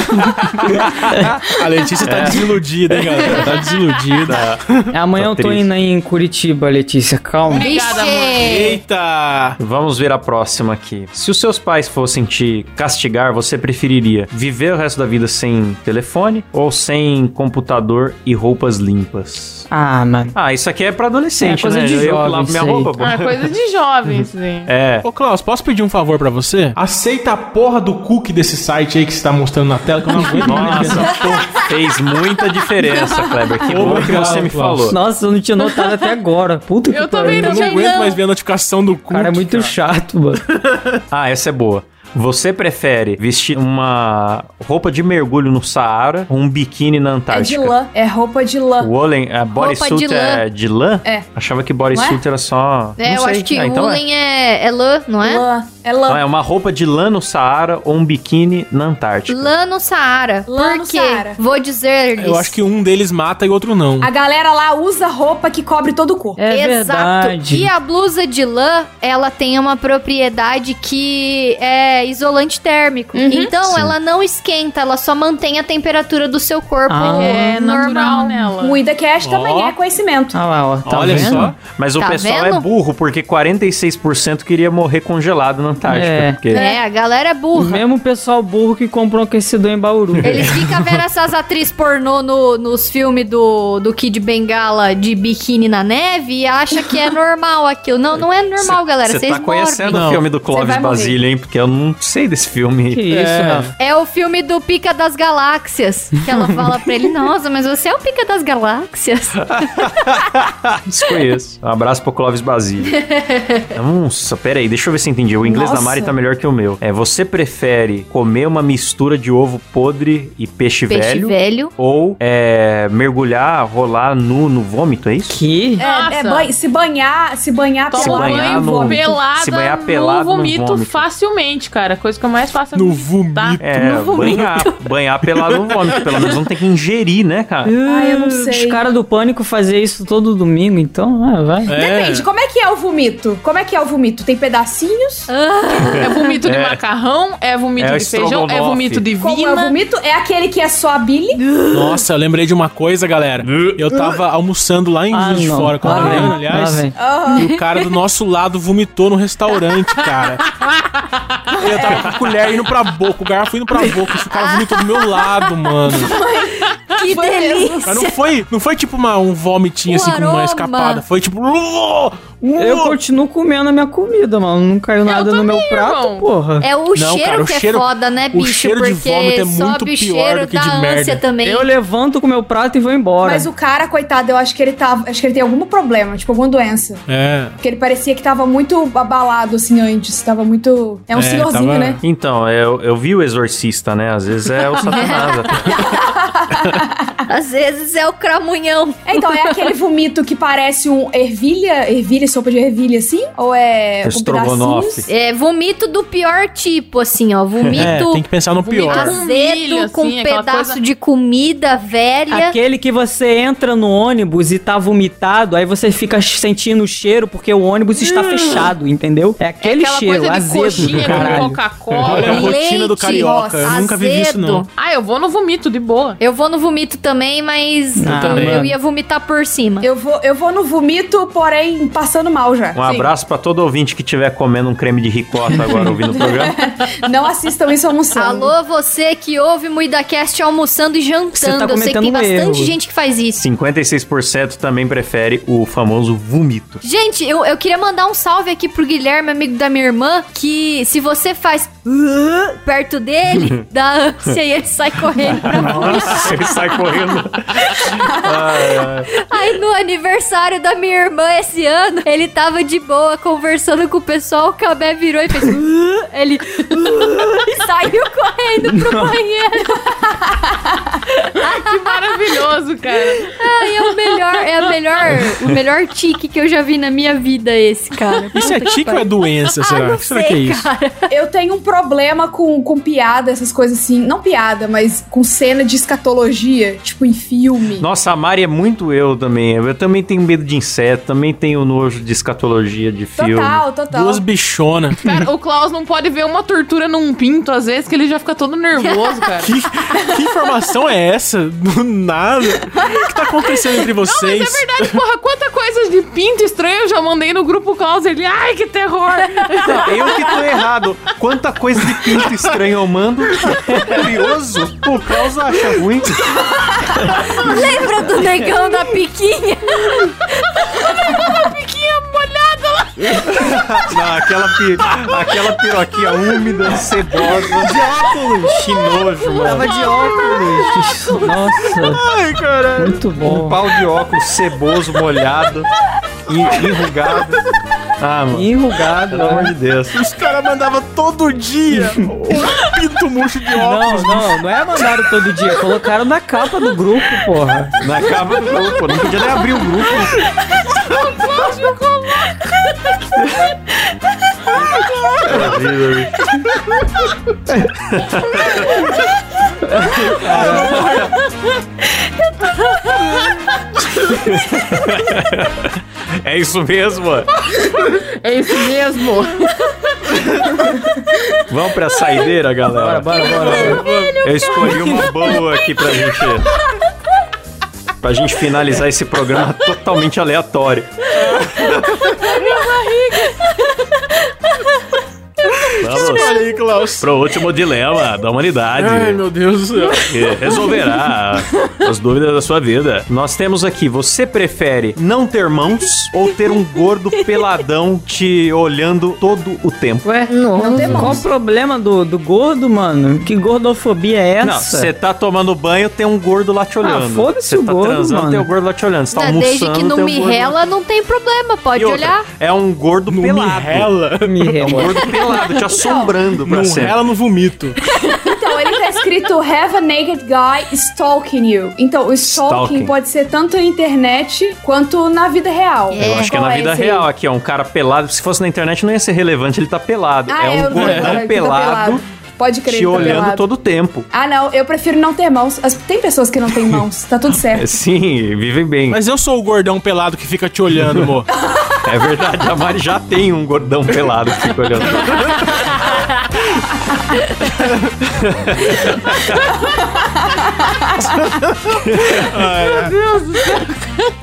A Letícia tá desiludida, hein, galera? Tá desiludida.
Amanhã
Tá
eu tô
triste.
indo aí em Curitiba, Letícia, calma.
Vixe.
Obrigada,
É.
Eita!
Vamos ver a próxima aqui. Se os seus pais fossem te castigar, você preferiria viver o resto da vida sem telefone ou sem computador e roupas limpas? anos.
Ah, mano.
Ah, isso aqui é pra adolescente,
É, coisa
né?
de
eu que
jovem
lavo minha
isso aí.
roupa, pô.
Ah, coisa de jovem assim. isso daí.
É.
Ô, Klaus, posso pedir um favor pra você? Aceita a porra do cookie desse site aí que você tá mostrando na tela, que eu não aguento mais.
Nossa, pô, fez muita diferença, Kleber. Que bom que
Obrigado,
você me
Klaus.
falou.
Nossa, eu não tinha notado até agora. Puta que
Eu também
pariu.
Eu não
Não,
aguento
não.
mais ver a notificação do
O
cookie.
cara é muito chato, mano.
Ah, essa é boa. Você prefere vestir uma roupa de mergulho no Saara ou um biquíni na
É de
Antártica?
lã. É roupa de lã.
O Woolen, a bodysuit
de
é de lã?
É.
Achava que bodysuit era só.
É,
não
eu
sei.
acho que
Ah,
o
então é.
Ulen é. é lã, não é? Lã,
Lã. É
Então
lã.
é uma roupa de lã no Saara ou um biquíni na Antártica.
no Saara.
Lã
Por
no
quê?
Saara.
Vou dizer
Eu acho que um deles mata e o outro não.
A galera lá usa roupa que cobre todo o corpo.
É
Exato.
verdade.
E a blusa de lã, ela tem uma propriedade que é isolante térmico. Então
Sim.
ela não esquenta, ela só mantém a temperatura do seu corpo.
Ah.
É natural nela.
O Ida Cash
Ó.
também é conhecimento.
Ah lá, ó. Tá
Olha
vendo?
só.
Mas o
Tá
pessoal
vendo?
é burro, porque 46% queria morrer congelado na Antártica.
É.
porque-
É, a galera é
O
burra.
mesmo pessoal burro que comprou um aquecedor em Bauru.
Eles ficam vendo essas atrizes pornô no- nos filmes do, do Kid Bengala de biquíni na neve e acha que é normal aquilo. Não, não é normal, galera.
Você
Vocês
tá conhecendo
morrem.
o
Não.
filme do Clóvis
vai morrer.
Basílio, hein? Porque eu não sei desse
Que
filme.
isso,
É.
Rafa.
É o filme do Pica das Galáxias. Que ela fala pra ele, nossa, mas você é o Pica das Galáxias.
Desconheço. Um abraço pro Clóvis Basílio. Nossa, peraí, deixa eu ver se eu entendi. O inglês da
Nossa.
Mari tá melhor que o meu. É, você prefere comer uma mistura de ovo podre e peixe,
Peixe
velho?
velho.
Ou é, mergulhar, rolar nu no vômito, é isso?
Que?
É, é
Nossa.
banho- se banhar, se banhar,
Toma
Se
pelo
banhar
banho,
no-
vômito.
pelada,
se banhar pelado no
no vomito
vômito.
facilmente, cara. Coisa que eu mais faço é
No
vomitar.
vomito.
É, banhar, banhar pelado no vômito. Pelo menos não tem que ingerir, né, cara?
Ai, eu não sei.
Os caras do pânico faziam isso todo domingo, então, ah, vai.
Depende, como é que é o vomito? Como é que é o vomito? Tem pedacinhos?
É vomito de
É.
macarrão, é vomito
É o
de feijão, é
estrogonofe.
vomito de
Como é o
vina.
vomito? É aquele que é só a bile?
Nossa, eu lembrei de uma coisa, galera. Eu tava almoçando lá em
Ah,
Juiz de
não.
Fora com a
Lá vem,
Mariana,
lá
aliás.
vem.
Aham.
E o cara do nosso lado vomitou no restaurante, cara. Eu tava com a colher indo pra boca, o garfo indo pra boca. O cara vomitou do meu lado, mano.
Que delícia!
Mas não foi, não foi tipo uma, um vomitinho
O
assim com
Um
uma
aroma.
escapada. Foi tipo. "Uô! Uô!"
Eu continuo comendo a minha comida, mano. Não caiu nada no meu prato,
irmão.
porra.
É o
Não,
cheiro
cara, o
que
cheiro-
é foda, né,
o
bicho?
cheiro de
Porque
vômito é muito
sobe
pior
o cheiro
do que
da
de
ânsia
merda.
também.
Eu levanto com o meu prato e vou embora.
Mas o cara, coitado, eu acho que ele tava. Acho que ele tem algum problema, tipo, alguma doença.
É.
Porque ele parecia que tava muito abalado, assim, antes. Tava muito. É um
É,
senhorzinho,
tava-
né?
Então, eu, eu vi o Exorcista, né? Às vezes é o Satanás. até.
Às vezes é o cramunhão.
É, então, é aquele vomito que parece um ervilha, ervilha, sopa de ervilha, assim? Ou é. com
Estrogonofe.
pedacinhos?
É vomito do pior tipo, assim, ó.
É,
Vomito
tem que pensar no
Vomito
pior.
com milho,
azedo
assim,
com um
aquela
pedaço
coisa-
de comida velha.
Aquele que você entra no ônibus e tá vomitado, aí você fica sentindo o cheiro porque o ônibus está fechado, entendeu? É
É
aquele
aquela
cheiro,
coisa de
azedo,
coxinha com
caralho.
Olha é a
Coca-Cola.
rotina do
Leite,
carioca. Eu
nossa,
nunca vi isso,
azedo.
não.
Ah, eu vou no vomito, de boa.
Eu vou no vomito também, mas
Ah,
eu,
também.
eu ia vomitar por cima.
Eu vou, eu vou no vomito, porém passando mal já.
Um abraço pra todo ouvinte que estiver comendo um creme de ricota agora ouvindo o programa.
Não assistam isso almoçando.
Alô, você que ouve MuidaCast almoçando e
Você tá
jantando. eu sei que tem
cometendo um
bastante
erro.
gente que faz isso.
56% também prefere o famoso vomito.
Gente, eu, eu queria mandar um salve aqui pro Guilherme, amigo da minha irmã, que se você faz "Uh", perto dele, dá ânsia e ele sai correndo pra
Nossa, ele sai correndo. Ai, ai.
Aí no aniversário da minha irmã esse ano, ele tava de boa conversando com o pessoal, o Cabé virou e fez. "Uh", ele. "Uh", e saiu correndo pro banheiro.
Que maravilhoso, cara.
Ai, é o melhor, é a melhor, o melhor tique que eu já vi na minha vida, esse cara.
Isso é tique ou é doença, será?
Ah, não
O que será
sei,
que é isso?
Eu tenho um problema com, com piada, essas coisas assim. Não piada, mas com cena de escatologia, tipo em filme.
Nossa, a Mari é muito eu também. Eu também tenho medo de inseto, também tenho nojo de escatologia de filme.
total, total.
Duas bichonas.
Cara, o Klaus não pode ver uma tortura num pinto, às vezes, que ele já fica todo nervoso, cara.
Que, que informação é essa? Do nada. O que tá acontecendo entre vocês?
Mas é verdade, porra, quanta coisa de pinto estranho eu já mandei no grupo Klaus. Ele, ai, que terror.
Não, eu que tô errado. Quanta coisa de pinto estranha eu mando. Curioso. O Klaus acha ruim.
Lembra do negão da piquinha?
Não, aquela, pi... aquela piroquinha úmida, cebosa. De óculos. Que nojo, mano.
Tava de óculos. Nossa,
Ai, caralho.
muito
Um
bom.
pau de óculos ceboso, molhado, en- enrugado. Ah, mano.
Enrugado.
Pelo amor de Deus.
Os caras mandavam todo dia um pinto murcho de
Não,
óculos.
não, não é mandaram todo dia. Colocaram na capa do grupo, porra.
Na capa do grupo. Não podia nem abrir o grupo. Maravilha, bicho. É isso mesmo.
É isso mesmo.
Vamos pra saideira, galera.
Bora, bora, bora.
Eu escolhi uma boa aqui pra gente. Pra gente finalizar esse programa totalmente aleatório. Vamos
Olha aí, Klaus.
pro último dilema da humanidade.
Ai, meu Deus do céu.
que resolverá as dúvidas da sua vida. Nós temos aqui, você prefere não ter mãos ou ter um gordo peladão te olhando todo o tempo?
Ué,
Um
Não tem
qual
mãos.
o problema do, do gordo, mano? Que gordofobia é essa?
Não, você tá tomando banho, tem um gordo lá te olhando.
foda-se
Você
o
tá
gordo,
transando,
mano.
tem o gordo lá te olhando. Você tá
Não,
almoçando,
Né, Desde que não
tem o
me
gordo lá-
rela, não tem problema. Pode
E outra,
olhar.
É um gordo
Não me
pelado.
rela.
Me
É um
remo.
gordo pelado, te assombrando pra
Não
sempre.
rela, não vomito.
Então, ele tá escrito Have a Naked Guy Stalking You. Então, o stalking,
Stalking.
pode ser tanto na internet quanto na vida real.
Eu acho que é
Qual
na vida
esse aí?
real aqui, ó. Um cara pelado. Se fosse na internet, não ia ser relevante, ele tá pelado.
Ah,
é um
eu não lembro,
gordão
ele tá
pelado
Pode crer,
te
ele tá
olhando
pelado.
todo o tempo.
Ah, não, eu prefiro não ter mãos. As- Tem pessoas que não têm mãos, tá tudo
É,
certo.
Sim, vivem bem.
Mas eu sou o gordão pelado que fica te olhando, amor.
É verdade, a Mari já tem um gordão pelado que fica olhando.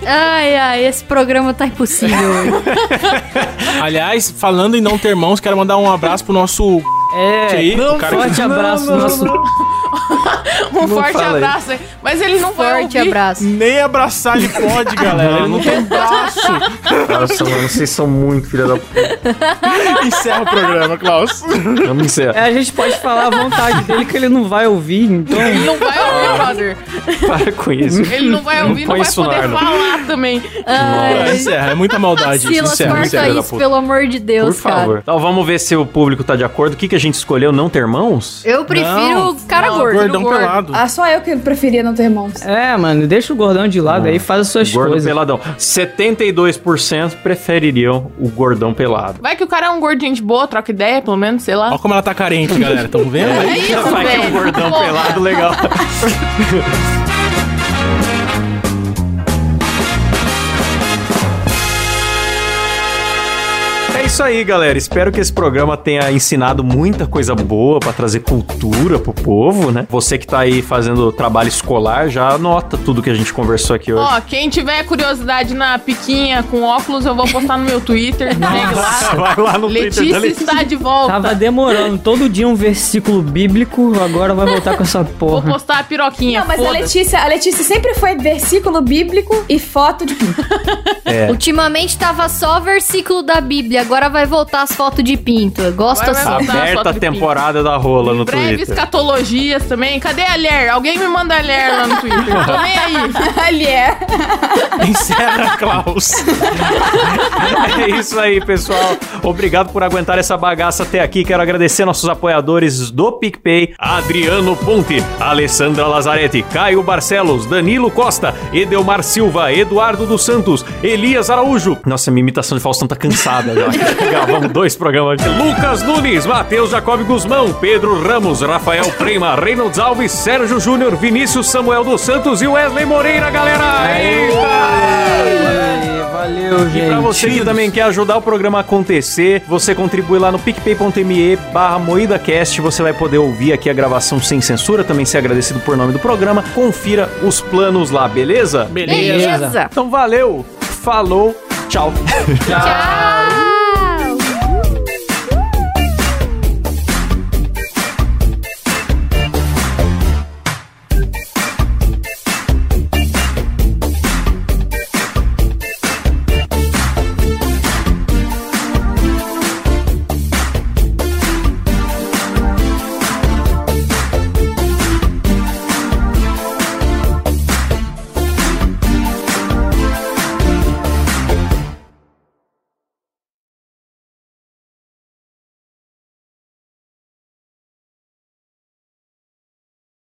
Ai, ai, esse programa tá impossível. hoje.
Aliás, falando em não ter mãos, quero mandar um abraço pro nosso... Que
É.
aí? Não,
um forte
cara.
abraço pro nosso.
Um forte
fala aí.
abraço. Mas ele não vai
Forte
ouvir.
abraço.
Nem abraçar ele pode, galera. Ele não tem braço.
Nossa, mano, vocês são muito filha da puta.
Encerra o programa, Klaus.
Vamos encerrar.
É, a gente pode falar à vontade dele que ele não vai ouvir, então.
Ele não vai ouvir, brother.
Para com isso.
Ele não vai
Não
ouvir, não,
põe
vai
isso no
poder
ar, não.
falar também.
É, encerra. É muita maldade isso.
Silas,
Encerra,
corta
encerra.
filha da
isso,
puta.
pelo amor de
Por
Deus,
favor.
cara.
Então vamos ver se o público tá de acordo. O que, que a gente escolheu? Não ter mãos?
Eu prefiro
Não,
o cara
não,
gordo.
Gordão
gordo.
pelado.
Ah, só eu que preferia não ter mãos.
É, mano, deixa o gordão de lado aí, faz as suas
Gordo
coisas.
peladão. 72% prefeririam o gordão pelado.
Vai que o cara é um gordinho de boa, troca ideia, pelo menos, sei lá.
Olha como ela tá carente, galera. Tão vendo?
É isso,
Vai que é um
velho.
gordão
Pô,
pelado legal. É isso aí, galera. Espero que esse programa tenha ensinado muita coisa boa pra trazer cultura pro povo, né? Você que tá aí fazendo trabalho escolar, já anota tudo que a gente conversou aqui hoje.
Ó, quem tiver curiosidade na piquinha com óculos, eu vou postar no meu Twitter. Segue lá.
Vai lá no Twitter da
Letícia
Letícia. Tá
está de volta.
Tava demorando, todo dia um versículo bíblico, agora vai voltar com essa
Vou
porra.
postar a piroquinha.
Não, mas é a
foda-se.
Letícia, a Letícia sempre foi versículo bíblico e foto de pinto.
É.
Ultimamente tava só versículo da Bíblia, agora vai voltar as fotos de pinto. Eu gosto
Vai, vai
assim.
voltar.
Aberta a
foto de
temporada da rola no
Breves
Twitter.
catologias também. Cadê a Ler? Alguém me manda a Ler lá no Twitter. Tô nem aí.
Ali é.
Encerra, Klaus.
É isso aí, pessoal. Obrigado por aguentar essa bagaça até aqui. Quero agradecer nossos apoiadores do PicPay: Adriano Ponte, Alessandra Lazarete, Caio Barcelos, Danilo Costa, Edelmar Silva, Eduardo dos Santos, Elias Araújo. Nossa, minha imitação de Faustão tá cansada já. Gravamos dois programas. Lucas Nunes, Matheus Jacob Guzmão, Pedro Ramos, Rafael Prema, Reynolds Alves, Sérgio Júnior, Vinícius Samuel dos Santos e Wesley Moreira, galera. Eita!
Ei, Valeu,
E pra você que também quer ajudar o programa a acontecer, você contribui lá no picpay.me barra moídacast, você vai poder ouvir aqui a gravação sem censura, também ser agradecido por nome do programa. Confira os planos lá, beleza?
Beleza.
Então valeu, falou, tchau.
Tchau.